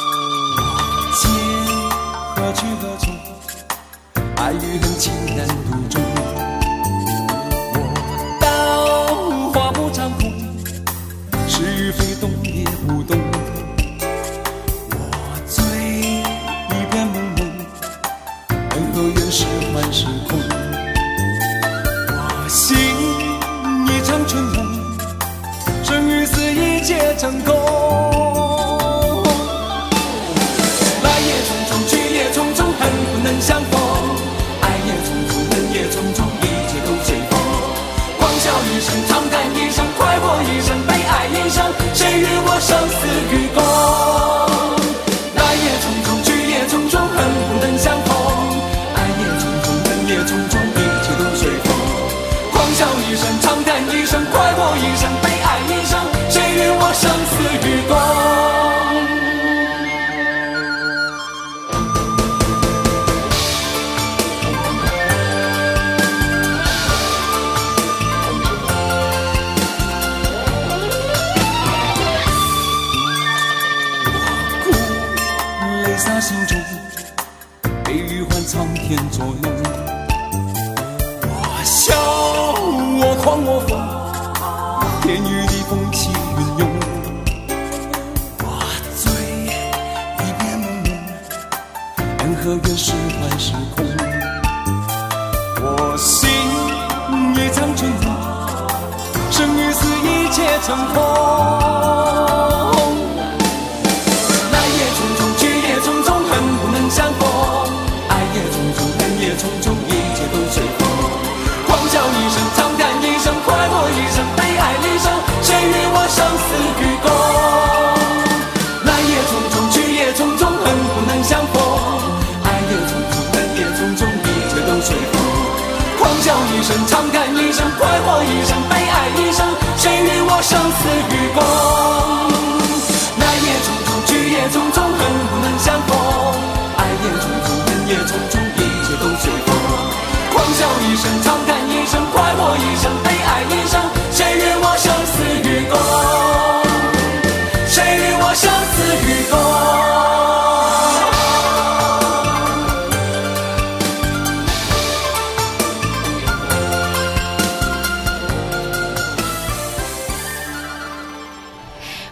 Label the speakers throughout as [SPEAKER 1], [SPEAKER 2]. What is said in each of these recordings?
[SPEAKER 1] 借何去何从？爱与恨情难独钟。我道花木长空，是与非动也不动。我醉一片朦胧，恩和怨是幻是空。我心一场春梦，生与死一皆成空。来也匆匆，去也匆匆，恨不能相逢。爱也匆匆，恨也匆匆，一切都随风。狂笑一声，长叹一声，快活一生，悲哀一生，谁与我生死与共？来也匆匆，去也匆匆，恨不能相逢。爱也匆匆，恨也匆匆，一切都随风。狂笑一声，长叹一声，快活一生，悲哀一生，谁与我生死与共？泪洒心中，悲与欢苍天作弄。我笑，我狂，我疯，天与地风起云涌。我醉，一片朦胧，恩和怨是幻是空。我心一场春梦，生与死一切成空。来也匆匆，去也匆匆，恨不能相逢。爱也匆匆，恨也匆匆，一切都随风。狂笑一声，长叹一声，快活一生，悲哀一生，谁与我生死与共？来也匆匆，去也匆匆，恨不能相逢。爱也匆匆，恨也匆匆，一切都随风。狂笑一声，长叹一声，快活一生，悲哀一生，谁与我生死与共？来也匆匆，去也匆匆，恨不能相逢。爱也匆匆，恨也匆匆，一切都随风。狂笑一声，长叹一声，快活一生，悲哀一生，谁与我生死与共？谁与我生死与共？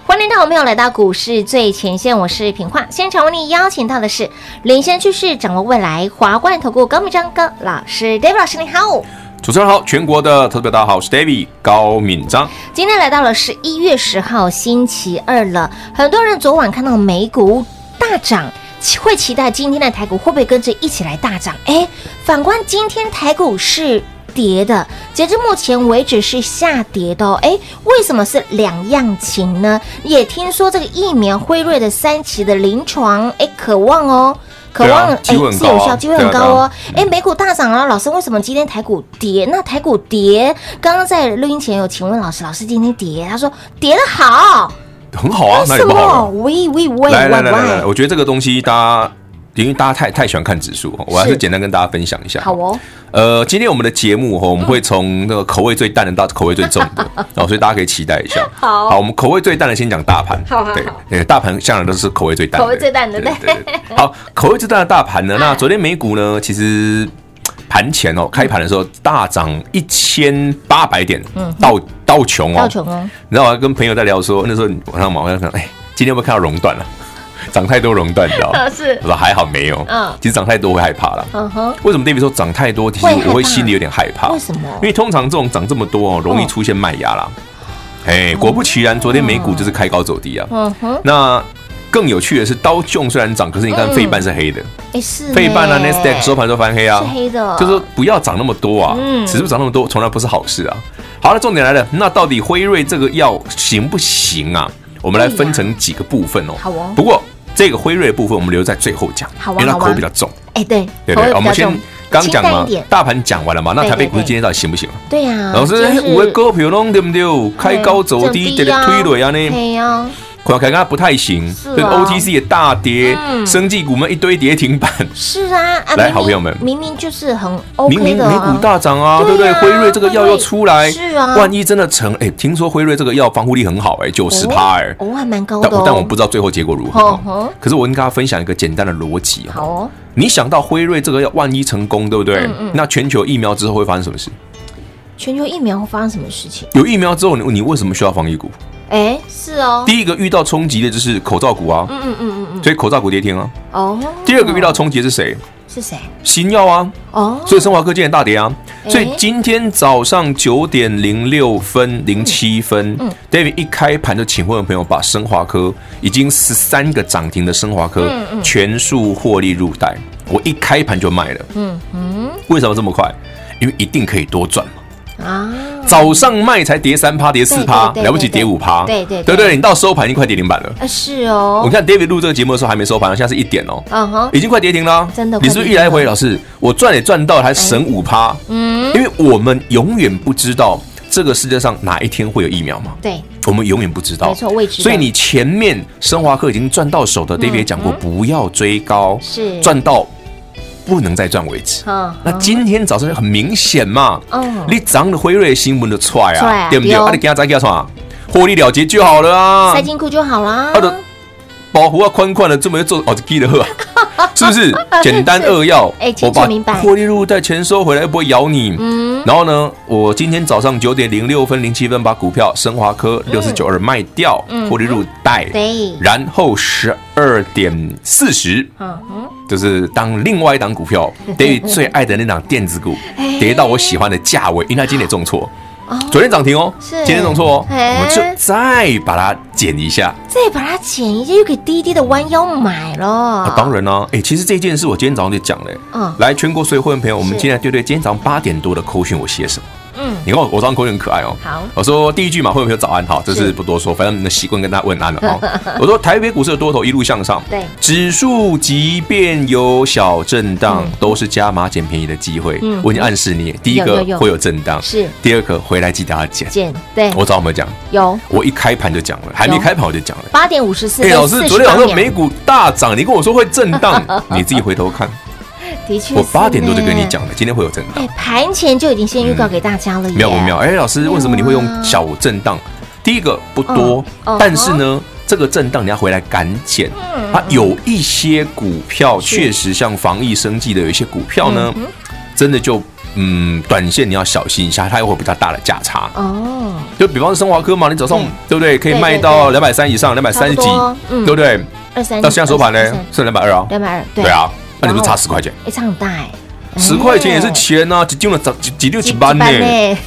[SPEAKER 2] 欢迎到我朋友来到股市最前线，我是平化。现场为你邀请到的是领先趋势、掌握未来华冠投顾高明章高老师，David 老师，你好。
[SPEAKER 3] 主持人好，全国的投资者大家好，我是 David 高敏章。
[SPEAKER 2] 今天来到了十一月十号星期二了，很多人昨晚看到美股大涨，会期待今天的台股会不会跟着一起来大涨？哎，反观今天台股是。跌的，截至目前为止是下跌的哦。哎，为什么是两样情呢？也听说这个疫苗辉瑞的三期的临床，哎，渴望哦，渴
[SPEAKER 3] 对啊
[SPEAKER 2] 望哎、
[SPEAKER 3] 机会很
[SPEAKER 2] 是
[SPEAKER 3] 高
[SPEAKER 2] 有
[SPEAKER 3] 啊
[SPEAKER 2] 效，机会很
[SPEAKER 3] 对
[SPEAKER 2] 高
[SPEAKER 3] 啊对啊
[SPEAKER 2] 哦。哎，美股大涨了，老师，为什么今天台股跌？那台股跌，刚刚在录音前有请问老师，老师今天跌，他说跌得好，
[SPEAKER 3] 很好啊，那
[SPEAKER 2] 为
[SPEAKER 3] 有
[SPEAKER 2] 什
[SPEAKER 3] 不好
[SPEAKER 2] 么
[SPEAKER 3] 了？
[SPEAKER 2] ？We we we
[SPEAKER 3] 来来来来来，我觉得这个东西大家，因为大家太太喜欢看指数，我还是
[SPEAKER 2] 是
[SPEAKER 3] 简单跟大家分享一下。
[SPEAKER 2] 好哦，
[SPEAKER 3] 呃，今天我们的节目
[SPEAKER 2] 嗯
[SPEAKER 3] 哦，我们会从那个口味最淡的到口味最重 的，哦，所以大家可以期待一下。
[SPEAKER 2] 好
[SPEAKER 3] 我们口味最淡的先讲大盘。
[SPEAKER 2] 好好
[SPEAKER 3] 对
[SPEAKER 2] 好，
[SPEAKER 3] 对，大盘向来都是口味最淡的。
[SPEAKER 2] 口味最淡的啊
[SPEAKER 3] 对对对。对好，口味最淡的大盘呢，那昨天美股呢，其实盘前
[SPEAKER 2] 嗯
[SPEAKER 3] 哦，开盘的时候大涨一千八百点，到到穷
[SPEAKER 2] 嗯
[SPEAKER 3] 哦，
[SPEAKER 2] 道琼哦，
[SPEAKER 3] 你知道我还跟朋友在聊说，那时候晚上嘛，我在想，哎，今天会不会看到熔断了、啊 涨太多熔断，你知道吗？
[SPEAKER 2] 呃是
[SPEAKER 3] 我说还好没有，
[SPEAKER 2] 嗯
[SPEAKER 3] 其实涨太多会害怕啦。
[SPEAKER 2] 嗯哼，
[SPEAKER 3] 为什么 David 说涨太多，其实
[SPEAKER 2] 会害怕
[SPEAKER 3] 我会心里有点害怕？
[SPEAKER 2] 为什么
[SPEAKER 3] 因为通常这种涨这么多哦，容易出现
[SPEAKER 2] 哦
[SPEAKER 3] 卖压啦。哎，果不其然，昨天美股就是开高走低啊。
[SPEAKER 2] 嗯哼，
[SPEAKER 3] 那更有趣的是，刀琼虽然涨，可是你看
[SPEAKER 2] 嗯
[SPEAKER 3] 费半是黑的，
[SPEAKER 2] 哎是
[SPEAKER 3] 费半啊
[SPEAKER 2] 呢
[SPEAKER 3] n e s d a q 收盘都翻黑啊，
[SPEAKER 2] 是黑的
[SPEAKER 3] 就是说不要涨那么多啊，
[SPEAKER 2] 嗯
[SPEAKER 3] 指数涨那么多从来不是好事啊。好了，重点来了，那到底辉瑞这个药行不行啊？我们来分成几个部分哦。
[SPEAKER 2] 哎好哦
[SPEAKER 3] 不过这个辉瑞的部分我们留在最后讲，
[SPEAKER 2] 好啊
[SPEAKER 3] 因为它
[SPEAKER 2] 好啊
[SPEAKER 3] 口比较重，
[SPEAKER 2] 哎对，
[SPEAKER 3] 对不
[SPEAKER 2] 口味
[SPEAKER 3] 对？
[SPEAKER 2] 比较
[SPEAKER 3] 我们先
[SPEAKER 2] 重
[SPEAKER 3] 刚讲
[SPEAKER 2] 清淡一
[SPEAKER 3] 嘛
[SPEAKER 2] 点，
[SPEAKER 3] 大盘讲完了嘛，那
[SPEAKER 2] 对
[SPEAKER 3] 台北
[SPEAKER 2] 对
[SPEAKER 3] 股市
[SPEAKER 2] 对
[SPEAKER 3] 今天到底行不行啊？
[SPEAKER 2] 对呀，
[SPEAKER 3] 老师，
[SPEAKER 2] 就是
[SPEAKER 3] 嘿有的股票拢对不对？开高走低，这个推轮啊呢，
[SPEAKER 2] 对呀，
[SPEAKER 3] 看看它不太行，
[SPEAKER 2] 是啊
[SPEAKER 3] 这个 OTC 也大跌，
[SPEAKER 2] 嗯
[SPEAKER 3] 生技股们一堆跌停板，
[SPEAKER 2] 是啊，啊
[SPEAKER 3] 来
[SPEAKER 2] 明明
[SPEAKER 3] 好朋友们
[SPEAKER 2] 明明就是很
[SPEAKER 3] 明
[SPEAKER 2] OK
[SPEAKER 3] 明
[SPEAKER 2] 的
[SPEAKER 3] 美
[SPEAKER 2] 啊
[SPEAKER 3] 股大涨啊，对不
[SPEAKER 2] 对
[SPEAKER 3] 对？
[SPEAKER 2] 啊
[SPEAKER 3] 辉瑞这个药
[SPEAKER 2] 辉瑞
[SPEAKER 3] 要出来，
[SPEAKER 2] 是啊
[SPEAKER 3] 万一真的成，哎，听说辉瑞这个药防护力很好，哎，九十趴，哎，
[SPEAKER 2] 哦，还蛮高的
[SPEAKER 3] 但
[SPEAKER 2] 哦
[SPEAKER 3] 我，但我不知道最后结果如何
[SPEAKER 2] 哦哦
[SPEAKER 3] 哦。可是我跟大家分享一个简单的逻辑
[SPEAKER 2] 好
[SPEAKER 3] 哦。
[SPEAKER 2] 哦，
[SPEAKER 3] 你想到辉瑞这个药万一成功，对不对
[SPEAKER 2] 嗯嗯？
[SPEAKER 3] 那全球疫苗之后会发生什么事？
[SPEAKER 2] 全球疫苗会发生什么事情？
[SPEAKER 3] 有疫苗之后，你你为什么需要防疫股？
[SPEAKER 2] 哎，是哦，
[SPEAKER 3] 第一个遇到冲击的就是口罩股啊，
[SPEAKER 2] 嗯嗯嗯嗯嗯，
[SPEAKER 3] 所以口罩股跌停啊。
[SPEAKER 2] 哦，
[SPEAKER 3] 第二个遇到冲击的是谁？
[SPEAKER 2] 是谁？
[SPEAKER 3] 新药啊，
[SPEAKER 2] 哦，
[SPEAKER 3] 所以生华科技也大跌啊。
[SPEAKER 2] 诶
[SPEAKER 3] 所以今天早上九点零六分零七分、
[SPEAKER 2] 嗯
[SPEAKER 3] d a v i d 一开盘就请会员朋友把生华科已经十三个涨停的生华科
[SPEAKER 2] 嗯嗯
[SPEAKER 3] 全数获利入袋，我一开盘就卖了。
[SPEAKER 2] 嗯嗯
[SPEAKER 3] 为什么这么快？因为一定可以多赚嘛。
[SPEAKER 2] 啊，
[SPEAKER 3] 早上卖才跌三趴，跌四趴，
[SPEAKER 2] 对对对对
[SPEAKER 3] 了不起跌五趴，
[SPEAKER 2] 对对对
[SPEAKER 3] 对不对，你到收盘已经快跌停板了。
[SPEAKER 2] 啊是哦，
[SPEAKER 3] 我看 David 录这个节目的时候还没收盘，现在是一点哦，
[SPEAKER 2] 嗯哼，
[SPEAKER 3] 已经快跌停了啊、
[SPEAKER 2] 真的
[SPEAKER 3] 你是不
[SPEAKER 2] 快跌停
[SPEAKER 3] 是一来回，
[SPEAKER 2] 了哎
[SPEAKER 3] 老师，我赚也赚到，还省五趴？
[SPEAKER 2] 嗯，
[SPEAKER 3] 因为我们永远不知道这个世界上哪一天会有疫苗嘛，
[SPEAKER 2] 对，
[SPEAKER 3] 我们永远不知道，
[SPEAKER 2] 没错未知的嗯
[SPEAKER 3] 所以你前面生华科已经赚到手的，David 也讲过，不要追高，
[SPEAKER 2] 是
[SPEAKER 3] 赚到不能再赚为止。
[SPEAKER 2] 嗯，
[SPEAKER 3] 那今天早上就很明显嘛，
[SPEAKER 2] 嗯
[SPEAKER 3] 你涨了辉瑞的新闻就出来
[SPEAKER 2] 出来
[SPEAKER 3] 啊
[SPEAKER 2] 啊，
[SPEAKER 3] 对不对？
[SPEAKER 2] 对哦
[SPEAKER 3] 啊，你给他再给他创啊，获利了结就好了啊
[SPEAKER 2] 塞。金库就好啦
[SPEAKER 3] 它，的保护啊宽宽的，这么做哦，就记 得喝，是不是？简单扼要
[SPEAKER 2] 哎，清楚
[SPEAKER 3] 我把
[SPEAKER 2] 明白
[SPEAKER 3] 获利入袋钱收回来，又不会咬你。
[SPEAKER 2] 嗯，
[SPEAKER 3] 然后呢，我今天早上九点零六分零七分把股票升华科六四九二卖掉
[SPEAKER 2] 嗯，
[SPEAKER 3] 获利入袋。
[SPEAKER 2] 对，
[SPEAKER 3] 然后十二点四十，
[SPEAKER 2] 嗯嗯，
[SPEAKER 3] 就是当另外一档股 票 David 最爱的那档电子股
[SPEAKER 2] 哎
[SPEAKER 3] 跌到我喜欢的价位，因为它今天也重挫，
[SPEAKER 2] 哦
[SPEAKER 3] 昨天涨停哦，
[SPEAKER 2] 是
[SPEAKER 3] 今天重挫哦，
[SPEAKER 2] 哎
[SPEAKER 3] 我们就再把它减一下。
[SPEAKER 2] 再把它剪一下，又可以低低的弯腰买了
[SPEAKER 3] 啊，，当然啦、哎、其实这件事我今天早上就讲了、
[SPEAKER 2] 嗯
[SPEAKER 3] 来全国所有会员朋友，我们
[SPEAKER 2] 是
[SPEAKER 3] 今天来对对，今天早上八点多的扣讯我写什么？
[SPEAKER 2] 嗯，
[SPEAKER 3] 你看我我早上扣讯很可爱哦。
[SPEAKER 2] 好
[SPEAKER 3] 我说第一句嘛，会员朋友早安，好，这
[SPEAKER 2] 是
[SPEAKER 3] 是不多说，反正你的习惯跟大家问安了哈、 我说台北股市的多头一路向上，
[SPEAKER 2] 对
[SPEAKER 3] 指数即便有小震荡，都是加码捡便宜的机会。
[SPEAKER 2] 嗯
[SPEAKER 3] 我已经暗示你，第一
[SPEAKER 2] 有
[SPEAKER 3] 个
[SPEAKER 2] 有有
[SPEAKER 3] 会有震荡，
[SPEAKER 2] 是嗯
[SPEAKER 3] 第二个回来记得要减。
[SPEAKER 2] 剪对，
[SPEAKER 3] 我早上有没有讲？
[SPEAKER 2] 有
[SPEAKER 3] 我一开盘就讲了，还没
[SPEAKER 2] 有
[SPEAKER 3] 开盘我就讲了。
[SPEAKER 2] 八点五十四，
[SPEAKER 3] 哎、老师，昨天晚
[SPEAKER 2] 好
[SPEAKER 3] 上
[SPEAKER 2] 像
[SPEAKER 3] 美股大涨，你跟我说会震 荡，你自己回头看，
[SPEAKER 2] 的确是呢，
[SPEAKER 3] 我八点多就跟你讲了，嗯今天会有震荡
[SPEAKER 2] 哎，，盘前就已经先预告给大家了耶，
[SPEAKER 3] 妙不妙？哎、老师，为什么你会用小震荡？第一个不多，
[SPEAKER 2] 嗯嗯
[SPEAKER 3] 但是呢，这个震荡你要回来赶减。
[SPEAKER 2] 嗯
[SPEAKER 3] 它有一些股票确实像防疫生计的，有一些股票呢，
[SPEAKER 2] 嗯
[SPEAKER 3] 真的就嗯，短线你要小心一下，它又会有比较大的价差。
[SPEAKER 2] 哦，
[SPEAKER 3] 就比方说生华科嘛，你早上
[SPEAKER 2] 嗯
[SPEAKER 3] 对不对？可以
[SPEAKER 2] 对
[SPEAKER 3] 卖
[SPEAKER 2] 对
[SPEAKER 3] 到两百三以上，两百三十
[SPEAKER 2] 差
[SPEAKER 3] 几
[SPEAKER 2] 不多，嗯
[SPEAKER 3] 对不对？
[SPEAKER 2] 二三
[SPEAKER 3] 到现在收盘呢，是两百二啊。
[SPEAKER 2] 两百二，
[SPEAKER 3] 对，啊，那你不是差十块钱？
[SPEAKER 2] 哎，差很大哎，
[SPEAKER 3] 十块钱也是钱啊呐，几丢了涨几几六
[SPEAKER 2] 几
[SPEAKER 3] 几班呢，
[SPEAKER 2] 呢，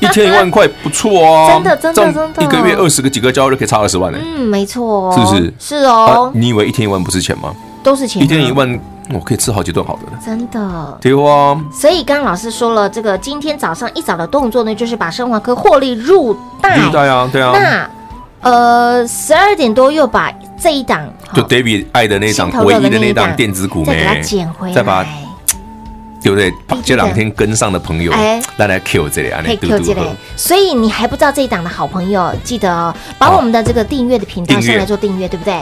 [SPEAKER 3] 一天一万块不错 啊，
[SPEAKER 2] 真的真的
[SPEAKER 3] 这样
[SPEAKER 2] 真的
[SPEAKER 3] 一个月二十个几个交易日可以差二十万呢。
[SPEAKER 2] 嗯，没错哦，
[SPEAKER 3] 是不是
[SPEAKER 2] 是
[SPEAKER 3] 啊
[SPEAKER 2] 哦，
[SPEAKER 3] 你以为一天一万不是钱吗？
[SPEAKER 2] 都是钱，啊
[SPEAKER 3] 一天一，万，我可以吃好几顿好的了。
[SPEAKER 2] 真的。
[SPEAKER 3] 对啊，
[SPEAKER 2] 所以刚刚老师说了，这个今天早上一早的动作呢，就是把生华科获利入袋。
[SPEAKER 3] 对啊，对啊，
[SPEAKER 2] 那呃，十二点多又把这一档
[SPEAKER 3] 就
[SPEAKER 2] 好
[SPEAKER 3] David 爱的那档
[SPEAKER 2] 心头肉
[SPEAKER 3] 唯
[SPEAKER 2] 的
[SPEAKER 3] 一的
[SPEAKER 2] 那一
[SPEAKER 3] 那档
[SPEAKER 2] 档
[SPEAKER 3] 电子股
[SPEAKER 2] 再给它
[SPEAKER 3] 没，
[SPEAKER 2] 捡回来，
[SPEAKER 3] 再把对不对？这两天跟上的朋友
[SPEAKER 2] 哎，
[SPEAKER 3] 大家 Q 这里啊，
[SPEAKER 2] 可以
[SPEAKER 3] 嘟
[SPEAKER 2] Q
[SPEAKER 3] 嘟
[SPEAKER 2] 进
[SPEAKER 3] 喝
[SPEAKER 2] 来。所以你还不知道这一档的好朋友，记得哦，把
[SPEAKER 3] 好
[SPEAKER 2] 我们的这个订阅的频道
[SPEAKER 3] 订阅
[SPEAKER 2] 先来做订阅，对不对？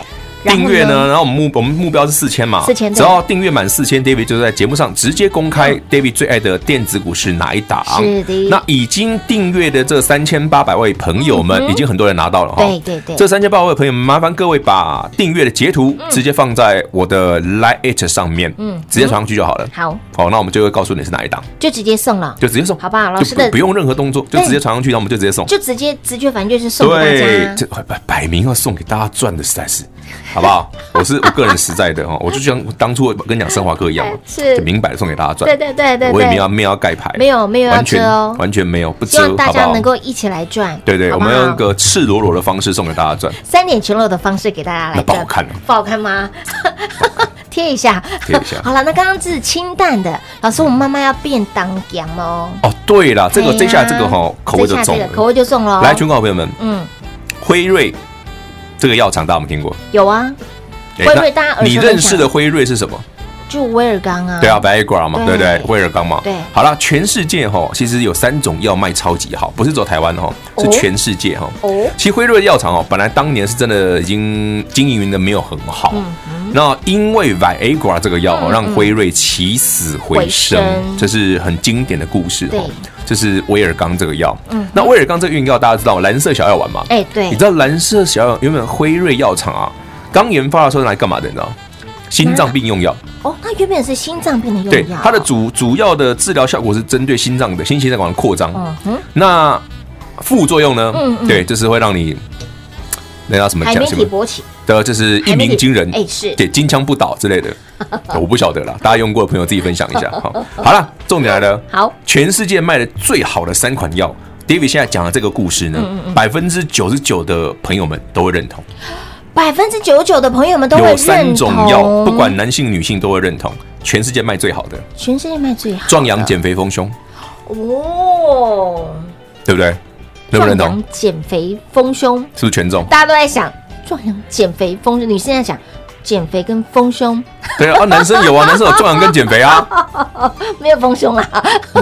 [SPEAKER 2] 然后
[SPEAKER 3] 订阅呢，？然后我们目我们目标是四千嘛，
[SPEAKER 2] 4000对
[SPEAKER 3] 只要订阅满四千，David 就在节目上直接公开 David 最爱的电子股是哪一档。
[SPEAKER 2] 是的
[SPEAKER 3] 那已经订阅的这三千八百位朋友
[SPEAKER 2] 嗯
[SPEAKER 3] 们，
[SPEAKER 2] 哼
[SPEAKER 3] 已经很多人拿到了哈。
[SPEAKER 2] 对对对
[SPEAKER 3] 这三千八百位朋友们，麻烦各位把订阅的截图直接放在我的 Lite 上面，
[SPEAKER 2] 嗯
[SPEAKER 3] 直接传上去就好了。
[SPEAKER 2] 好，
[SPEAKER 3] 好，那我们就会告诉你是哪一档，
[SPEAKER 2] 就直接送了，
[SPEAKER 3] 就直接送，
[SPEAKER 2] 好不好老
[SPEAKER 3] 就
[SPEAKER 2] 师的
[SPEAKER 3] 不不用任何动作，就直接传上去，然后我们就直接送。
[SPEAKER 2] 就直接直觉反正就是送给
[SPEAKER 3] 对
[SPEAKER 2] 大，
[SPEAKER 3] 这
[SPEAKER 2] 家。
[SPEAKER 3] 摆摆明要送给大家赚的，实在是，好不好？我是我个人实在的哈，我就像当初跟你讲升华哥一样嘛，
[SPEAKER 2] 是
[SPEAKER 3] 就明摆着送给大家赚。
[SPEAKER 2] 对对对对
[SPEAKER 3] 我也没有
[SPEAKER 2] 对，
[SPEAKER 3] 没有要盖牌，
[SPEAKER 2] 没有没有要
[SPEAKER 3] 完全
[SPEAKER 2] 遮哦
[SPEAKER 3] 完全没有不
[SPEAKER 2] 希
[SPEAKER 3] 遮，
[SPEAKER 2] 望大
[SPEAKER 3] 好不
[SPEAKER 2] 家
[SPEAKER 3] 好
[SPEAKER 2] 能？够一起来赚。
[SPEAKER 3] 对对，
[SPEAKER 2] 好
[SPEAKER 3] 我
[SPEAKER 2] 不好
[SPEAKER 3] 们用一个赤裸裸的方式送给大家赚，
[SPEAKER 2] 三点全裸的方式给大家来
[SPEAKER 3] 那不好
[SPEAKER 2] 赚
[SPEAKER 3] 看哦了
[SPEAKER 2] 不好看吗？ 贴一下，
[SPEAKER 3] 贴一下
[SPEAKER 2] 好了，那刚刚是清淡的，老师，我们妈妈要变当姜哦。
[SPEAKER 3] 哦，对了，这个
[SPEAKER 2] 对
[SPEAKER 3] 这
[SPEAKER 2] 哎呀
[SPEAKER 3] 下这个哈口味就
[SPEAKER 2] 这下
[SPEAKER 3] 重
[SPEAKER 2] 这个口
[SPEAKER 3] 了。
[SPEAKER 2] 味就重了。哦
[SPEAKER 3] 来，全国好朋友们，
[SPEAKER 2] 嗯，
[SPEAKER 3] 辉瑞这个药厂大家有没有听过？
[SPEAKER 2] 有啊，
[SPEAKER 3] 哎
[SPEAKER 2] 辉瑞
[SPEAKER 3] 那
[SPEAKER 2] 大家耳熟
[SPEAKER 3] 你
[SPEAKER 2] 能
[SPEAKER 3] 认识
[SPEAKER 2] 详
[SPEAKER 3] 的辉瑞是什么？
[SPEAKER 2] 就威尔刚啊。
[SPEAKER 3] 对啊 v i a g r a 嘛，
[SPEAKER 2] 对
[SPEAKER 3] 对不对？威尔刚嘛。
[SPEAKER 2] 对
[SPEAKER 3] 好啦，全世界哈，其实有三种药卖超级好，不是走台湾哈，是
[SPEAKER 2] 哦
[SPEAKER 3] 全世界哈。
[SPEAKER 2] 哦，
[SPEAKER 3] 其实辉瑞的药厂哦，本来当年是真的已经经营的没有很好，
[SPEAKER 2] 嗯
[SPEAKER 3] 那因为 Viagra 这个药哦，让辉瑞起死回生
[SPEAKER 2] 回生，
[SPEAKER 3] 这是很经典的故事
[SPEAKER 2] 对嗯
[SPEAKER 3] 哦。这是威尔刚这个药，那威尔刚这个运药大家知道蓝色小药丸嘛？
[SPEAKER 2] 哎，对
[SPEAKER 3] 你，知道蓝色小药丸原本辉瑞药厂啊，刚研发的时候拿来干嘛的？你知道？心脏病用药，
[SPEAKER 2] 哦，它原本是心脏病的用
[SPEAKER 3] 对
[SPEAKER 2] 药，，
[SPEAKER 3] 它的主主要的治疗效果是针对心脏的心血管的扩张。
[SPEAKER 2] 嗯哼，
[SPEAKER 3] 那副作用呢？
[SPEAKER 2] 嗯嗯
[SPEAKER 3] 对，就是会让你那叫什么
[SPEAKER 2] 海
[SPEAKER 3] 讲
[SPEAKER 2] 绵
[SPEAKER 3] 什
[SPEAKER 2] 体
[SPEAKER 3] 么
[SPEAKER 2] 勃起，
[SPEAKER 3] 的，就是一鸣惊人，
[SPEAKER 2] 海绵体哎是
[SPEAKER 3] 对，金枪不倒之 类的，我不晓得啦，大家用过的朋友自己分享一下。好，好了，重点来了，
[SPEAKER 2] 好，
[SPEAKER 3] 全世界卖的最好的三款药。David 现在讲的这个故事呢，
[SPEAKER 2] 嗯
[SPEAKER 3] 百分之九十九的朋友们都会认同，
[SPEAKER 2] 百分之九十九的朋友们都会
[SPEAKER 3] 有
[SPEAKER 2] 认同。
[SPEAKER 3] 三种药，不管男性女性都会认同，全世界卖最好的，
[SPEAKER 2] 全世界卖最好的
[SPEAKER 3] 壮阳减肥丰胸，
[SPEAKER 2] 哦，
[SPEAKER 3] 对不对？认不
[SPEAKER 2] 壮
[SPEAKER 3] 认同
[SPEAKER 2] 阳？减肥丰胸，
[SPEAKER 3] 是不是全中？
[SPEAKER 2] 大家都在想壮阳减肥丰胸，女生在想减肥跟丰胸，
[SPEAKER 3] 对啊，啊男生有啊，男生有壮阳跟减肥啊，
[SPEAKER 2] 没有丰胸啦，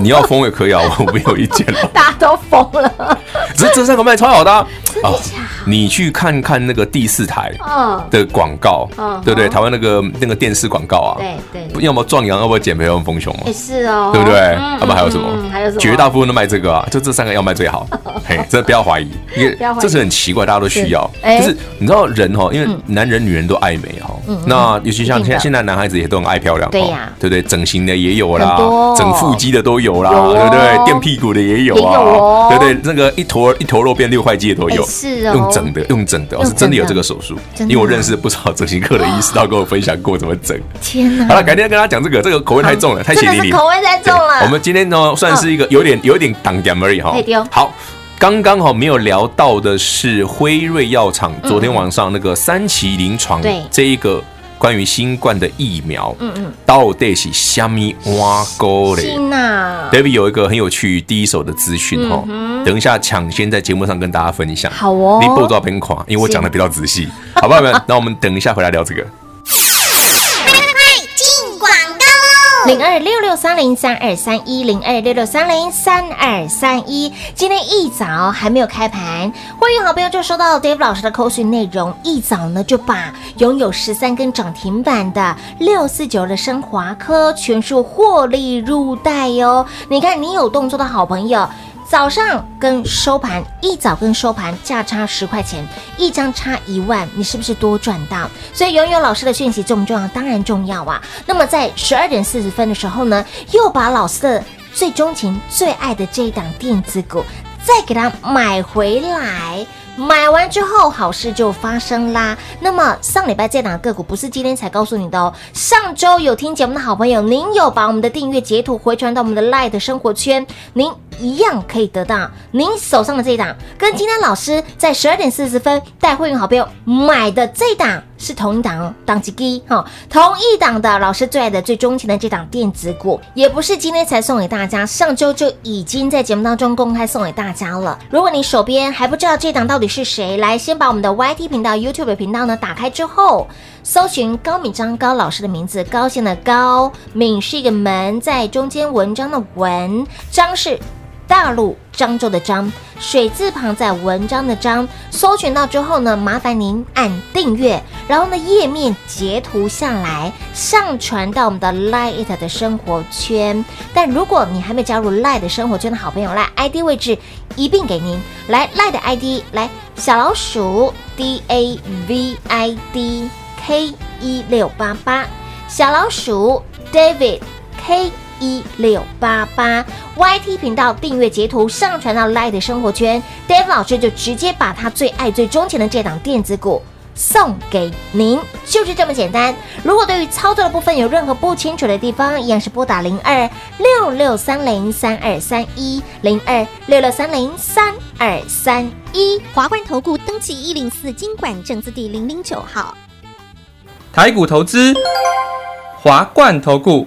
[SPEAKER 3] 你要疯也可以啊，我我没有意见了。
[SPEAKER 2] 大家都疯 了。
[SPEAKER 3] 只是这三个卖超好的啊，
[SPEAKER 2] 的
[SPEAKER 3] 啊
[SPEAKER 2] 假
[SPEAKER 3] 你去看看那个第四台
[SPEAKER 2] 嗯，
[SPEAKER 3] 的广告
[SPEAKER 2] 嗯，
[SPEAKER 3] 对不对？台湾那个那个电视广告啊，
[SPEAKER 2] 对对，
[SPEAKER 3] 不要么壮阳，要不要减肥，要么丰胸嘛啊
[SPEAKER 2] 也，是哦，
[SPEAKER 3] 对不对？
[SPEAKER 2] 嗯
[SPEAKER 3] 要么还有什么
[SPEAKER 2] 嗯嗯？还有什么？哦
[SPEAKER 3] 绝大部分都卖这个啊，就这三个要卖最好。嘿，这不要怀疑，因为
[SPEAKER 2] 不要怀疑
[SPEAKER 3] 这是很奇怪，大家都需要
[SPEAKER 2] 是。哎嗯
[SPEAKER 3] 就是你知道人哦哈，因为男人女人都爱美哈，那尤其像
[SPEAKER 2] 一定的
[SPEAKER 3] 现在现在男孩子也都很爱漂亮，哦
[SPEAKER 2] 对呀
[SPEAKER 3] 对不对？整形的也有啦
[SPEAKER 2] 很多，哦
[SPEAKER 3] 整腹肌的都有啦，
[SPEAKER 2] 有哦
[SPEAKER 3] 对不对？垫屁股的也有
[SPEAKER 2] 也有哦
[SPEAKER 3] 啊，对不对？那个一坨一坨肉变六块肌的都有
[SPEAKER 2] 哎，是哦
[SPEAKER 3] 用整的，用整的
[SPEAKER 2] 用整
[SPEAKER 3] 哦
[SPEAKER 2] 的
[SPEAKER 3] 是真的有这个手术，
[SPEAKER 2] 真
[SPEAKER 3] 因
[SPEAKER 2] 的啊
[SPEAKER 3] 为我认识不少整形科的 医师，他跟我分享过怎么整。
[SPEAKER 2] 天哪！
[SPEAKER 3] 好了，改天跟他讲这个，这个口味太重了，太血
[SPEAKER 2] 真
[SPEAKER 3] 淋
[SPEAKER 2] 的是
[SPEAKER 3] 淋。
[SPEAKER 2] 口味太重了。嗯
[SPEAKER 3] 我们今天呢，算是一个有点有点挡点而已哈
[SPEAKER 2] 嘿对哦。
[SPEAKER 3] 好，刚刚哈没有聊到的是辉瑞药厂昨天晚上那个三期临床
[SPEAKER 2] 嗯对
[SPEAKER 3] 这一个关于新冠的疫苗，
[SPEAKER 2] 嗯嗯，
[SPEAKER 3] 到底是虾米挖沟嘞
[SPEAKER 2] 心呐，
[SPEAKER 3] ？David 有一个很有趣第一手的资讯哈，等一下抢先在节目上跟大家分享。
[SPEAKER 2] 嗯好哦
[SPEAKER 3] 你步骤边垮，因为我
[SPEAKER 2] 是
[SPEAKER 3] 讲的比较仔细，好不好？们，那我们等一下回来聊这个。
[SPEAKER 2] 零二六六三零三二三一零二六六三零三二三一。今天一早还没有开盘，会员好朋友就收到 Dave 老师的口讯内容，一早呢就把拥有十三根涨停板的六四九的升华科全数获利入袋哟。你看，你有动作的好朋友。早上跟收盘，一早跟收盘价差十块钱，一张差一万，你是不是多赚到？所以拥有老师的讯息重不重要？当然重要啊！那么在十二点四十分的时候呢，又把老师的最钟情、最爱的这一档电子股再给它买回来。买完之后，好事就发生啦。那么上礼拜这档个股不是今天才告诉你的哦，上周有听节目的好朋友，您有把我们的订阅截图回传到我们的 Live 的生活圈，您一样可以得到您手上的这一档，跟今天老师在十二点四十分带会员好朋友买的这一档是同一档哦，档级低哈，同一档的老师最爱的、最钟情的这档电子股，也不是今天才送给大家，上周就已经在节目当中公开送给大家了。如果你手边还不知道这档到底是谁，来先把我们的 YT 频道、YouTube 频道呢打开之后，搜寻高敏章高老师的名字，高兴的高，敏是一个门，在中间文章的文，章是大陆漳州的漳，水字旁在文章的章，搜寻到之后呢，麻烦您按订阅，然后呢页面截图下来，上传到我们的 Line It 的生活圈。但如果你还没加入 Line 的生活圈的好朋友，来 ID 位置一并给您，来 Line 的 ID 来小老鼠 D A V I D K 一六八八，小老鼠 David。 K 一六八八 YT 频道订阅截图上传到 Light 生活圈，Dave 老师就直接把他最爱最钟情的这档电子股。送给您，就是这么简单。如果对于操作的部分有任何不清楚的地方，一样是拨打零二六六三零三二三一零二六六三零三二三一。
[SPEAKER 4] 华冠投顾登记一零四经管证字第零零九号。
[SPEAKER 5] 台股投资，华冠投顾。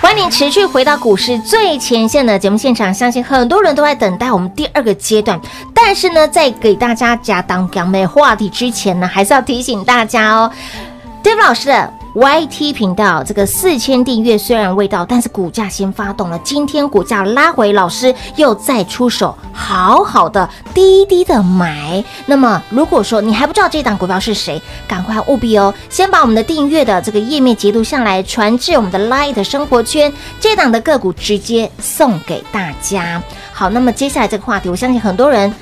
[SPEAKER 2] 欢迎您持续回到股市最前线的节目现场，相信很多人都在等待我们第二个阶段。但是呢，在给大家加当讲的话题之前呢，还是要提醒大家哦，Dave 老师的 YT 频道这个四千订阅虽然未到，但是股价先发动了，今天股价拉回，老师又再出手，好好的低低的买。那么如果说你还不知道这档股票是谁，赶快务必哦，先把我们的订阅的这个页面截图下来，传至我们的 Light 生活圈，这档的个股直接送给大家。好，那么接下来这个话题，我相信很多人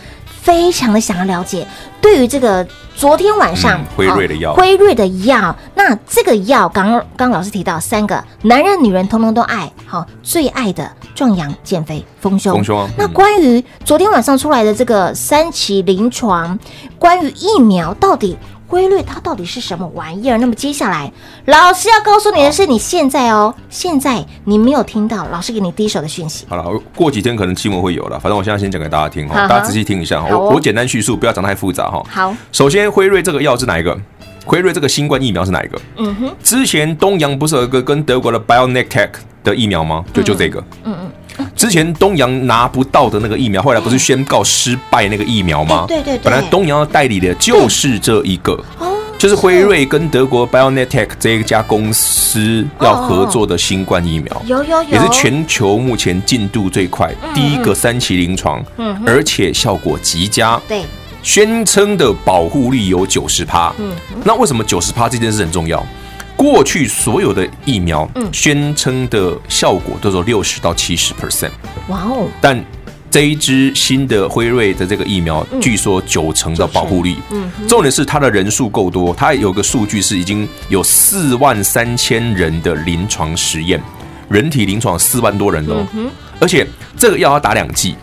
[SPEAKER 2] 非常的想要了解，对于这个昨天晚上、啊
[SPEAKER 3] 嗯辉瑞的药
[SPEAKER 2] 好辉瑞的药，那这个药刚刚刚老师提到三个，男人女人通通都爱，好最爱的壮阳减肥丰胸，
[SPEAKER 3] 丰胸啊
[SPEAKER 2] 那
[SPEAKER 3] 嗯
[SPEAKER 2] 关于昨天晚上出来的这个三期临床，关于疫苗到底规律它到底是什么玩意儿？那么接下来老师要告诉你的是，你现在哦，现在你没有听到老师给你第一手的讯息。
[SPEAKER 3] 好了，过几天可能新闻会有了，反正我现在先讲给大家听
[SPEAKER 2] 好
[SPEAKER 3] 哈，大家仔细听一下哈。
[SPEAKER 2] 好哦
[SPEAKER 3] 我我简单叙述，不要讲太复杂哈。
[SPEAKER 2] 好，
[SPEAKER 3] 首先，辉瑞这个药是哪一个？辉瑞这个新冠疫苗是哪一个？
[SPEAKER 2] 嗯哼，
[SPEAKER 3] 之前东洋不是有一个跟德国的 BioNTech 的疫苗吗？就就这个。
[SPEAKER 2] 嗯
[SPEAKER 3] 嗯。之前东洋拿不到的那个疫苗，后来不是宣告失败那个疫苗吗
[SPEAKER 2] 哎？对对对
[SPEAKER 3] 本来东洋要代理的就是这一个。
[SPEAKER 2] 哦，
[SPEAKER 3] 就是辉瑞跟德国 BioNTech 这一家公司要合作的新冠疫苗，
[SPEAKER 2] 有有有，
[SPEAKER 3] 也是全球目前进度最快，第一个三期临床，而且效果极佳，
[SPEAKER 2] 嗯对，
[SPEAKER 3] 宣称的保护力有九十趴。
[SPEAKER 2] 嗯
[SPEAKER 3] 那为什么九十趴这件事很重要？过去所有的疫苗
[SPEAKER 2] 嗯
[SPEAKER 3] 宣称的效果都是六十到七十 percent，
[SPEAKER 2] 哇哦，
[SPEAKER 3] 但这一支新的辉瑞的这个疫苗，据说嗯九成的保护力。嗯，重点是它的人数够多，它有个数据是已经有四万三千人的临床实验，人体临床四万多人喽。而且这个药要打两剂。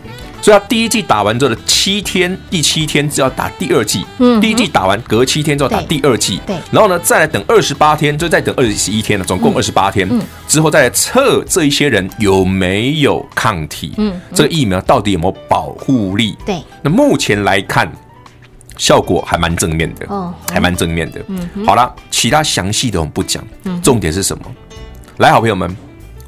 [SPEAKER 3] 所以它第一剂打完之后的七天，第七天就要打第二剂。
[SPEAKER 2] 嗯哼
[SPEAKER 3] 第一剂打完，隔七天之后打
[SPEAKER 2] 对
[SPEAKER 3] 第二剂。
[SPEAKER 2] 对
[SPEAKER 3] 然后呢，再来等二十八天，就再等二十一天了，总
[SPEAKER 2] 嗯
[SPEAKER 3] 共二十八天、之后，再来测这一些人有没有抗体，
[SPEAKER 2] 嗯嗯
[SPEAKER 3] 这个疫苗到底有没有保护力？
[SPEAKER 2] 对，
[SPEAKER 3] 那目前来看，效果还蛮正面的，
[SPEAKER 2] 哦嗯
[SPEAKER 3] 还蛮正面的。好啦，其他详细的我们不讲，重点是什么？来，好朋友们，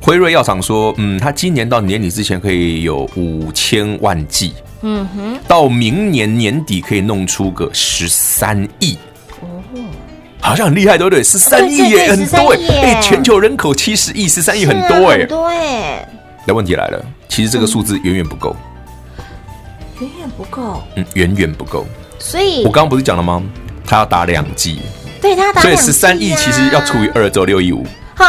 [SPEAKER 3] 辉瑞药厂说，嗯，它今年到年底之前可以有五千万剂，
[SPEAKER 2] 嗯哼，
[SPEAKER 3] 到明年年底可以弄出个十三亿。好像很厉害，对不对？十三亿耶，
[SPEAKER 2] 对对对
[SPEAKER 3] 很多
[SPEAKER 2] 13亿耶
[SPEAKER 3] 哎、哎全球人口七十亿，十三亿很
[SPEAKER 2] 是啊
[SPEAKER 3] 多哎、
[SPEAKER 2] 很多哎，
[SPEAKER 3] 那问题来了，其实这个数字远远不够，
[SPEAKER 2] 远远不够，
[SPEAKER 3] 嗯，远远不够。
[SPEAKER 2] 所以
[SPEAKER 3] 我刚刚不是讲了吗？他要打两剂，
[SPEAKER 2] 对嗯他打
[SPEAKER 3] 所以
[SPEAKER 2] 两剂啊
[SPEAKER 3] 十三亿
[SPEAKER 2] 呀
[SPEAKER 3] 其实要除以二，只有六亿五。
[SPEAKER 2] 好，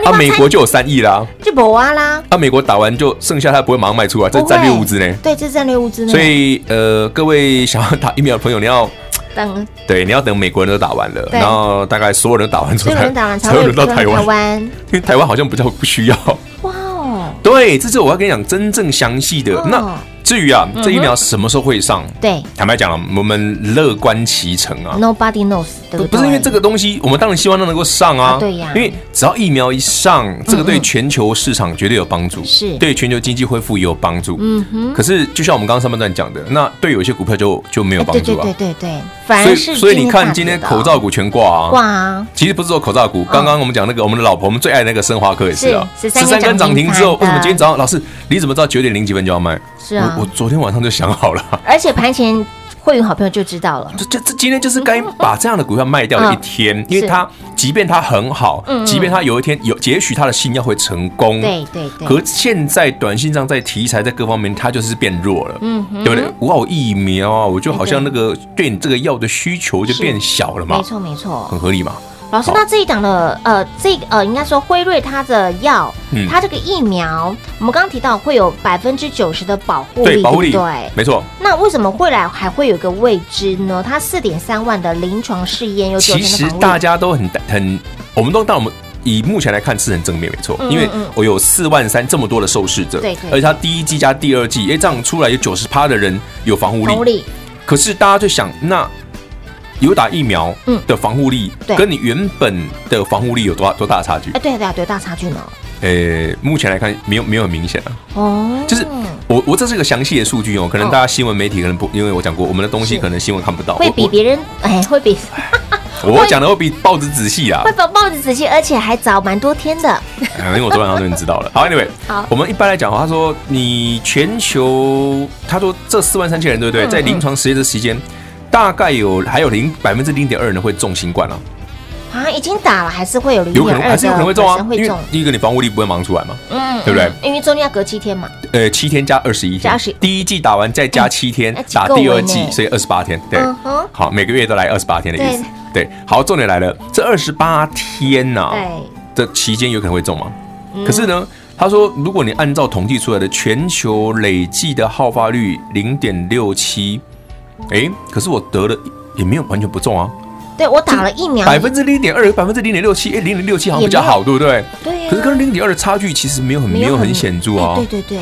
[SPEAKER 2] 你
[SPEAKER 3] 啊，
[SPEAKER 2] 把
[SPEAKER 3] 美
[SPEAKER 2] 餐
[SPEAKER 3] 国就有三亿啦。
[SPEAKER 2] 就博啊啦，
[SPEAKER 3] 啊，美国打完就剩下，他不会马上卖出来，啊这
[SPEAKER 2] 不会
[SPEAKER 3] 战略物资呢。
[SPEAKER 2] 对，这是战略物资呢，
[SPEAKER 3] 所以呃，各位想要打疫苗的朋友，你要
[SPEAKER 2] 等
[SPEAKER 3] 对，你要等美国人都打完了，
[SPEAKER 2] 对
[SPEAKER 3] 然后大概所有人都打完之
[SPEAKER 2] 所
[SPEAKER 3] 后
[SPEAKER 2] 有人打完才
[SPEAKER 3] 才会
[SPEAKER 2] 会
[SPEAKER 3] 轮到台湾，
[SPEAKER 2] 湾，
[SPEAKER 3] 因为台 湾好像比较不需要。
[SPEAKER 2] 哇哦，
[SPEAKER 3] 对，这是我要跟你讲真正详细的。
[SPEAKER 2] 哦
[SPEAKER 3] 那至于啊，这疫苗什么时候会上？
[SPEAKER 2] 对
[SPEAKER 3] 坦白讲啊，我们乐观其成啊。
[SPEAKER 2] ，Nobody knows，对不
[SPEAKER 3] 不
[SPEAKER 2] 对？
[SPEAKER 3] 不是因为这个东西，我们当然希望它能够上
[SPEAKER 2] 啊
[SPEAKER 3] 啊。
[SPEAKER 2] 对呀
[SPEAKER 3] 因为只要疫苗一上，这个对全球市场绝对有帮助，
[SPEAKER 2] 嗯是
[SPEAKER 3] 对全球经济恢复也有帮助。嗯哼。可是就像我们刚刚上半段讲的，那对有些股票就就没有
[SPEAKER 2] 哎
[SPEAKER 3] 帮
[SPEAKER 2] 对
[SPEAKER 3] 助
[SPEAKER 2] 对
[SPEAKER 3] 啊
[SPEAKER 2] 对。对对，反
[SPEAKER 3] 所以
[SPEAKER 2] 而是
[SPEAKER 3] 所以你看
[SPEAKER 2] 大
[SPEAKER 3] 今天
[SPEAKER 2] 股的哦
[SPEAKER 3] 口罩股全挂啊。
[SPEAKER 2] 哇啊，
[SPEAKER 3] 其实不是说口罩股，刚刚我们讲那个我们的老婆，我们最爱那个生华科也是啊，
[SPEAKER 2] 是13根
[SPEAKER 3] 根涨停之后，
[SPEAKER 2] 涨停板的
[SPEAKER 3] 为什么今天早上老师你怎么知道九点零几分就要卖？
[SPEAKER 2] 是啊
[SPEAKER 3] 我我昨天晚上就想好了，
[SPEAKER 2] 而且盘前会员好朋友就知道了，
[SPEAKER 3] 这这这今天就是该把这样的股票卖掉的一天，因
[SPEAKER 2] 是
[SPEAKER 3] 为它即便它很好
[SPEAKER 2] 嗯嗯，
[SPEAKER 3] 即便它有一天有，也许它的新药会成功，
[SPEAKER 2] 对对对，
[SPEAKER 3] 嗯可现在短信上在题材在各方面，它就是变弱了，
[SPEAKER 2] 嗯哼
[SPEAKER 3] 对不对？哇，我疫苗啊，我就好像
[SPEAKER 2] 哎
[SPEAKER 3] 那个对你这个药的需求就是变小了
[SPEAKER 2] 没
[SPEAKER 3] 嘛，
[SPEAKER 2] 错没
[SPEAKER 3] 很
[SPEAKER 2] 错。
[SPEAKER 3] 合理嘛。
[SPEAKER 2] 老师，
[SPEAKER 3] 好
[SPEAKER 2] 那这一档的呃，这个呃，应该说辉瑞它的药，
[SPEAKER 3] 嗯
[SPEAKER 2] 它这个疫苗，我们刚刚提到会有百分之九十的保护力，
[SPEAKER 3] 对，保护力
[SPEAKER 2] 对不对，
[SPEAKER 3] 没错。
[SPEAKER 2] 那为什么未来还会有个未知呢？它四点三万的临床试验有九
[SPEAKER 3] 其实
[SPEAKER 2] 天的
[SPEAKER 3] 大
[SPEAKER 2] 防御，
[SPEAKER 3] 家都很很，我们都当我们。以目前来看是很正面，没错，
[SPEAKER 2] 嗯
[SPEAKER 3] 因为
[SPEAKER 2] 嗯
[SPEAKER 3] 我有四万三这么多的受试者，
[SPEAKER 2] 对对
[SPEAKER 3] 而且他第一季加第二季，哎，这样出来有九十趴的人有防护
[SPEAKER 2] 防护
[SPEAKER 3] 力，
[SPEAKER 2] 力
[SPEAKER 3] 可是大家就想，那有打疫苗
[SPEAKER 2] 嗯
[SPEAKER 3] 的防护力
[SPEAKER 2] 对
[SPEAKER 3] 跟你原本的防护力有多大多大的差距
[SPEAKER 2] 哎，？对啊对啊，对大差距呢。
[SPEAKER 3] 呃，目前来看没有没有很明显啊，
[SPEAKER 2] 哦，
[SPEAKER 3] 就是我我这是个详细的数据哦，可能
[SPEAKER 2] 哦
[SPEAKER 3] 大家新闻媒体可能不，因为我讲过我们的东西
[SPEAKER 2] 是
[SPEAKER 3] 可能新闻看不到，
[SPEAKER 2] 会
[SPEAKER 3] 我
[SPEAKER 2] 比别人哎，会比
[SPEAKER 3] 我我讲的会比报纸仔细啊
[SPEAKER 2] 会，比报纸仔细，而且还早蛮多天的。
[SPEAKER 3] 可哎能因为我昨晚上就能知道了。好，Anyway，
[SPEAKER 2] 好
[SPEAKER 3] 我们一般来讲的话，他说你全球，他说这四万三千人，对
[SPEAKER 2] 嗯
[SPEAKER 3] 不对？在临床实验的时间，大概有还有零百分之零点二人会中新冠啊，
[SPEAKER 2] 啊，已经打了，还是会有零
[SPEAKER 3] 有可
[SPEAKER 2] 点二
[SPEAKER 3] 能
[SPEAKER 2] 的
[SPEAKER 3] 还是有可能会中啊，
[SPEAKER 2] 会
[SPEAKER 3] 因为
[SPEAKER 2] 中，
[SPEAKER 3] 第一个你防护力不会忙出来嘛，
[SPEAKER 2] 嗯
[SPEAKER 3] 对不对？
[SPEAKER 2] 因为中间要隔七天嘛，
[SPEAKER 3] 呃，七天加二十一
[SPEAKER 2] 加
[SPEAKER 3] 天
[SPEAKER 2] 21，
[SPEAKER 3] 第一季打完再加七天
[SPEAKER 2] 哎，
[SPEAKER 3] 打第
[SPEAKER 2] 够
[SPEAKER 3] 二
[SPEAKER 2] 了
[SPEAKER 3] 季
[SPEAKER 2] 呢，
[SPEAKER 3] 所以二十八天，对
[SPEAKER 2] 嗯哼，
[SPEAKER 3] 好，每个月都来二十八天的意思。对，好，重点来了，这二十八天呐、
[SPEAKER 2] 对，
[SPEAKER 3] 的期间有可能会中吗？
[SPEAKER 2] 嗯
[SPEAKER 3] 可是呢，他说，如果你按照统计出来的全球累计的好发率零点六七，哎，可是我得了也没有完全不中啊，
[SPEAKER 2] 对我打了疫苗，
[SPEAKER 3] 百分之零点二，百分之零点六七，哎，零点六七好像比较好，对不对？
[SPEAKER 2] 对呀，啊
[SPEAKER 3] 可是跟零点二的差距其实没有很没有很显著
[SPEAKER 2] 哎，
[SPEAKER 3] 啊
[SPEAKER 2] 对对对，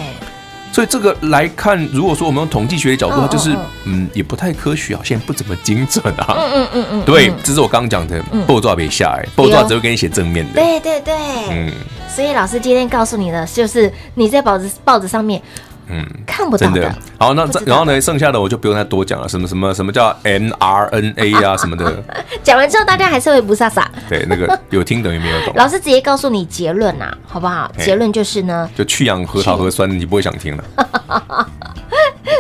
[SPEAKER 3] 所以这个来看，如果说我们用统计学的角度，
[SPEAKER 2] 嗯
[SPEAKER 3] 它就是
[SPEAKER 2] 嗯
[SPEAKER 3] 嗯也不太科学，好像不怎么精准啊。
[SPEAKER 2] 嗯嗯嗯嗯，
[SPEAKER 3] 对
[SPEAKER 2] 嗯，
[SPEAKER 3] 这是我刚刚讲的
[SPEAKER 2] 嗯，啊
[SPEAKER 3] 报纸别下来，报纸只会给你写正面的，
[SPEAKER 2] 对对对，
[SPEAKER 3] 嗯
[SPEAKER 2] 所以老师今天告诉你的就是你在报纸报纸上面
[SPEAKER 3] 嗯。
[SPEAKER 2] 看不到
[SPEAKER 3] 真的
[SPEAKER 2] 的，。
[SPEAKER 3] 好，那
[SPEAKER 2] 不
[SPEAKER 3] 这
[SPEAKER 2] 知道
[SPEAKER 3] 然后呢，剩下的我就不用再多讲了，什么什么什么叫 mRNA 啊什么的，
[SPEAKER 2] 讲完之后大家还是会不飒飒。
[SPEAKER 3] 对，那个有听等于没有懂。
[SPEAKER 2] 老师直接告诉你结论呐、好不好？
[SPEAKER 3] 嘿
[SPEAKER 2] 结论就是呢，
[SPEAKER 3] 就去氧核桃核酸，你不会想听了。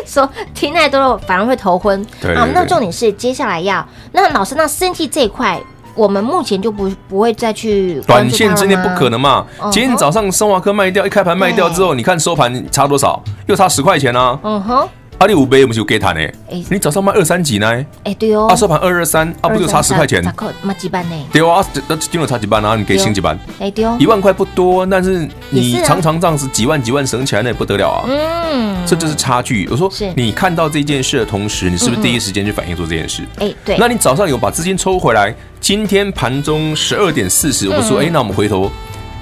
[SPEAKER 2] 说听太多了反而会头昏。
[SPEAKER 3] 对对
[SPEAKER 2] 啊，
[SPEAKER 3] 对
[SPEAKER 2] 那重点是接下来要那老师，那生气这一块，我们目前就不不会再去关
[SPEAKER 3] 短
[SPEAKER 2] 注它
[SPEAKER 3] 线
[SPEAKER 2] 了
[SPEAKER 3] 之内不
[SPEAKER 2] 吗
[SPEAKER 3] 可。能嘛
[SPEAKER 2] 嗯哼？
[SPEAKER 3] 今天早上生华科卖掉，一开盘卖掉之后，你看收盘差多少？又差十块钱啊！
[SPEAKER 2] 嗯哼，
[SPEAKER 3] 阿里五杯不是有给谈呢
[SPEAKER 2] 哎？
[SPEAKER 3] 你早上卖二三几呢？
[SPEAKER 2] 哎、对哦，
[SPEAKER 3] 啊，收盘二二三，啊，不就差十块钱
[SPEAKER 2] 咋？扣？嘛几班呢？
[SPEAKER 3] 对啊，那今了差几班啊？你给新几班？
[SPEAKER 2] 哎、对哦
[SPEAKER 3] 一，万块不多，但是
[SPEAKER 2] 也
[SPEAKER 3] 你
[SPEAKER 2] 是啊
[SPEAKER 3] 常常这样子几万几万省起来，那也不得了啊。
[SPEAKER 2] 嗯，
[SPEAKER 3] 这就是差距。我说
[SPEAKER 2] 是，
[SPEAKER 3] 你看到这件事的同时，你是不是第一时间去反应做这件事？
[SPEAKER 2] 哎、对，
[SPEAKER 3] 那你早上有把资金抽回来，今天盘中十二点四十，我们说，
[SPEAKER 2] 嗯
[SPEAKER 3] 哎，那我们回头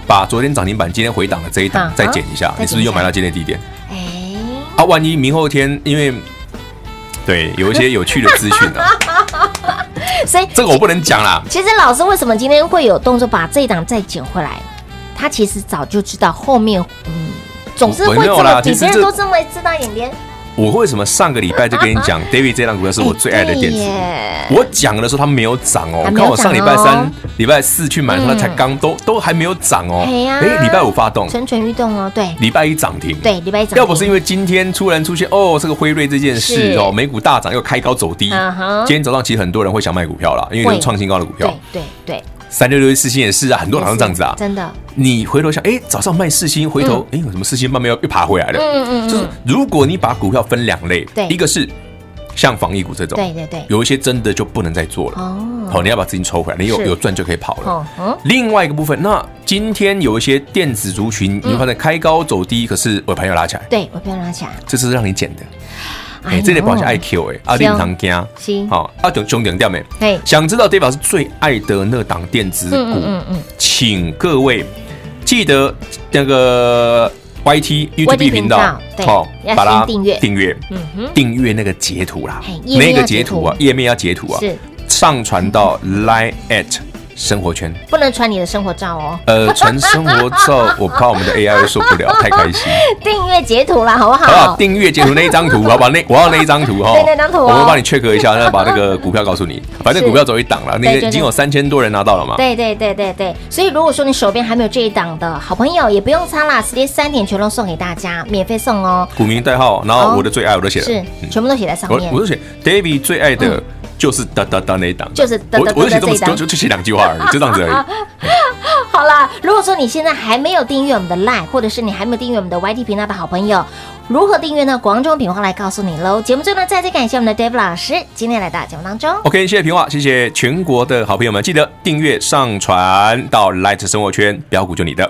[SPEAKER 3] 把昨天涨停板、今天回档的这一档
[SPEAKER 2] 啊
[SPEAKER 3] 再减一下
[SPEAKER 2] 啊，
[SPEAKER 3] 你是不是又买到今天的低点？
[SPEAKER 2] 哎、
[SPEAKER 3] 啊，万一明后天因为。对，有一些有趣的资讯啊，
[SPEAKER 2] 哎所以
[SPEAKER 3] 这个我不能讲啦。
[SPEAKER 2] 其实老师为什么今天会有动作把这一档再捡回来？他其实早就知道后面，嗯，总是
[SPEAKER 3] 我
[SPEAKER 2] 会
[SPEAKER 3] 没
[SPEAKER 2] 这
[SPEAKER 3] 有啦
[SPEAKER 2] 么比
[SPEAKER 3] 其实
[SPEAKER 2] 别人
[SPEAKER 3] 这
[SPEAKER 2] 都这么知道一点点。
[SPEAKER 3] 我为什么上个礼拜就跟你讲，David 这档股票是我最爱的电子股
[SPEAKER 2] 哎
[SPEAKER 3] 我讲的时候它没有涨哦，
[SPEAKER 2] 还
[SPEAKER 3] 你
[SPEAKER 2] 没有
[SPEAKER 3] 看我上礼拜
[SPEAKER 2] 涨哦
[SPEAKER 3] 三、礼拜四去买的时候，它才刚都都还没有涨哦。
[SPEAKER 2] 哎呀
[SPEAKER 3] 诶礼拜五发动，
[SPEAKER 2] 蠢蠢欲动哦，对
[SPEAKER 3] 礼拜一涨停，，
[SPEAKER 2] 对，礼拜一早
[SPEAKER 3] 要不是因为今天突然出现哦，这个辉瑞这件
[SPEAKER 2] 是
[SPEAKER 3] 事哦，美股大涨又开高走低
[SPEAKER 2] 嗯哼，
[SPEAKER 3] 今天早上其实很多人会想卖股票啦，因为
[SPEAKER 2] 会
[SPEAKER 3] 有创新高的股票
[SPEAKER 2] 对，对对，
[SPEAKER 3] 三六六一四星也是啊，很多人好像这样子啊。
[SPEAKER 2] 真的，
[SPEAKER 3] 你回头想，哎，早上卖四星，回头哎有什么四星慢慢又又爬回来了。
[SPEAKER 2] 嗯嗯嗯
[SPEAKER 3] 就是如果你把股票分两类
[SPEAKER 2] 对，
[SPEAKER 3] 一个是像防疫股这种，
[SPEAKER 2] 对对对，
[SPEAKER 3] 有一些真的就不能再做了。
[SPEAKER 2] 哦，
[SPEAKER 3] 好，你要把资金抽回来，你有
[SPEAKER 2] 是
[SPEAKER 3] 有赚就可以跑了。
[SPEAKER 2] 哦嗯，
[SPEAKER 3] 另外一个部分，那今天有一些电子族群，
[SPEAKER 2] 嗯
[SPEAKER 3] 你会发现开高走低，可是尾盘又拉起来，
[SPEAKER 2] 对我不要拿起来，
[SPEAKER 3] 这是让你捡的。
[SPEAKER 2] 哎
[SPEAKER 3] 哎，这类保险
[SPEAKER 2] 呦
[SPEAKER 3] IQ 哎，啊，
[SPEAKER 2] 是哦
[SPEAKER 3] 令堂惊，
[SPEAKER 2] 是
[SPEAKER 3] 好，啊，等熊顶掉没？
[SPEAKER 2] 嘿，
[SPEAKER 3] 想知道 d a v i 是最爱的那档电子
[SPEAKER 2] 哎嗯
[SPEAKER 3] 股
[SPEAKER 2] 嗯，嗯嗯，
[SPEAKER 3] 请各位记得那个。 YT YouTube 频道，
[SPEAKER 2] 对
[SPEAKER 3] 好
[SPEAKER 2] 要
[SPEAKER 3] 把它
[SPEAKER 2] 先订阅
[SPEAKER 3] 订阅，
[SPEAKER 2] 嗯哼，
[SPEAKER 3] 订阅那个截图啦
[SPEAKER 2] 嘿，页面
[SPEAKER 3] 那
[SPEAKER 2] 要
[SPEAKER 3] 个截图啊
[SPEAKER 2] 截，图
[SPEAKER 3] 页面要截图啊，
[SPEAKER 2] 嗯是
[SPEAKER 3] 上传到 Line at 生活圈。
[SPEAKER 2] 不能传你的生活照哦，
[SPEAKER 3] 呃，传生活照，我怕我们的 AI 会受不了，太开心。
[SPEAKER 2] 订阅截图啦，好不
[SPEAKER 3] 好不啊好？
[SPEAKER 2] 好？
[SPEAKER 3] 订阅截图那一张图，好不好？那我要那一张图哈，
[SPEAKER 2] 对那张图哦
[SPEAKER 3] 我们帮你 check 一下，然后把那个股票告诉你。反正
[SPEAKER 2] 是
[SPEAKER 3] 股票走一档了，那
[SPEAKER 2] 对对
[SPEAKER 3] 个已经有三千多人拿到了嘛。
[SPEAKER 2] 对对对对对，所以如果说你手边还没有这一档的好朋友，也不用擦啦，直接三点全都送给大家，免费送哦，
[SPEAKER 3] 股民代号，然后我的最爱我都写了，
[SPEAKER 2] 是
[SPEAKER 3] 嗯
[SPEAKER 2] 全部都写在上
[SPEAKER 3] 我
[SPEAKER 2] 面嗯
[SPEAKER 3] 我。都写 David 最爱的就是哒哒哒那一档，
[SPEAKER 2] 就是哒哒哒
[SPEAKER 3] 我我就写这
[SPEAKER 2] 这
[SPEAKER 3] 么
[SPEAKER 2] 一档
[SPEAKER 3] 就就就写两句话而已，就这样子而已。
[SPEAKER 2] 哦好啦，如果说你现在还没有订阅我们的 Line，或者是你还没有订阅我们的 YT 频道的好朋友，如何订阅呢？广州品话来告诉你喽。节目最后呢，再次感谢我们的 Dave 老师今天来到节目当中。
[SPEAKER 3] OK，谢谢平话，谢谢全国的好朋友们，记得订阅、上传到 Light 生活圈，标股就你的。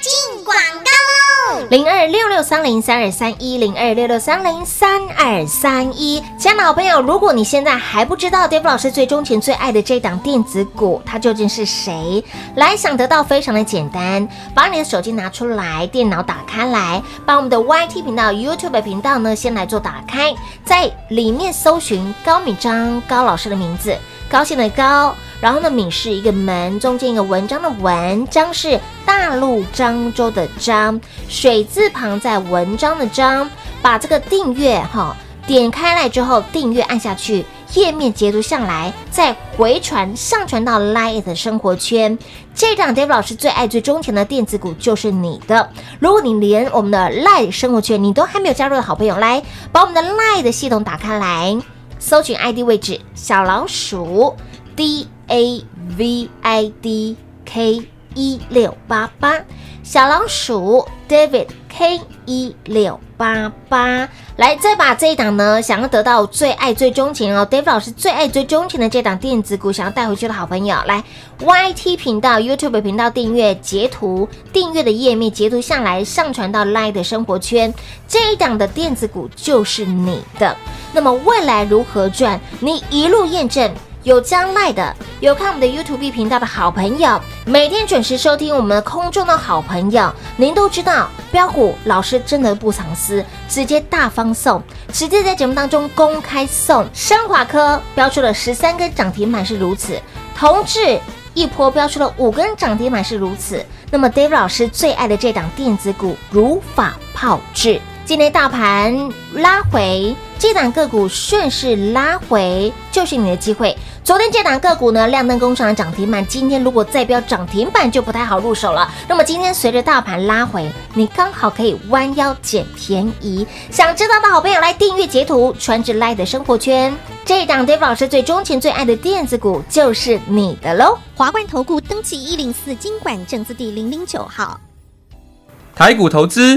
[SPEAKER 6] 进广告喽！
[SPEAKER 2] 零二六六三零三二三一零二六六三零三二三一。亲爱的好朋友，如果你现在还不知道 Dave 老师最钟情、最爱的这档电子股，它究竟是谁？来想得到非常的简单，把你的手机拿出来，电脑打开来，把我们的 YT 频道、YouTube 频道呢先来做打开，在里面搜寻高敏章高老师的名字，高兴的高。然后呢，敏是一个门，中间一个文章的文，章是大陆漳州的漳，水字旁在文章的章，把这个订阅哈、点开来之后，订阅按下去，页面截图下来，再回传上传到 Line 的生活圈。这档 Dave 老师最爱最钟情的电子股就是你的。如果你连我们的 Line 生活圈你都还没有加入的好朋友，来把我们的 Line 的系统打开来，搜寻 ID 位置小老鼠 D A V I D K 一六八八，小老鼠 David K 一六八八。来，再把这一档呢，想要得到最爱最钟情哦，David 老师最爱最钟情的这档电子股，想要带回去的好朋友，来 YT 频道、YouTube 频道订阅截图，订阅的页面截图下来，上传到 Line 的生活圈，这一档的电子股就是你的。那么未来如何赚，你一路验证。有将来的，有看我们的 YouTube 频道的好朋友，每天准时收听我们空中的好朋友，您都知道，标股老师真的不藏私，直接大方送，直接在节目当中公开送。升华科标出了十三根涨停板是如此，同志一波标出了五根涨停板是如此。那么 Dave 老师最爱的这档电子股如法炮制，今天大盘拉回，这档个股顺势拉回，就是你的机会。昨天这档个股呢，亮灯工厂涨停板，今天如果再标涨停板就不太好入手了。那么今天随着大盘拉回，你刚好可以弯腰捡便宜。想知道的好朋友来订阅截图，传至 Line 的生活圈。这档 Dave 老师最钟情、最爱的电子股就是你的喽。
[SPEAKER 4] 华冠投顾登记一零四经管证字第零零九号。
[SPEAKER 5] 台股投资，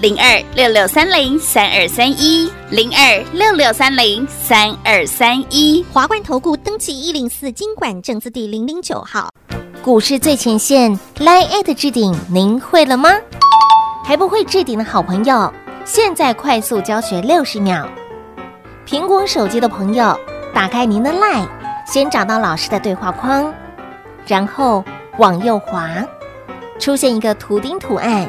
[SPEAKER 7] 零二六六三零三二三一零二六六三零三二三一。
[SPEAKER 4] 华冠投顾登记一零四经管证字第零零九号。
[SPEAKER 2] 股市最前线 Line at 置顶，您会了吗？还不会置顶的好朋友，现在快速教学六十秒。苹果手机的朋友，打开您的 Line，先找到老师的对话框，然后往右滑，出现一个图钉图案，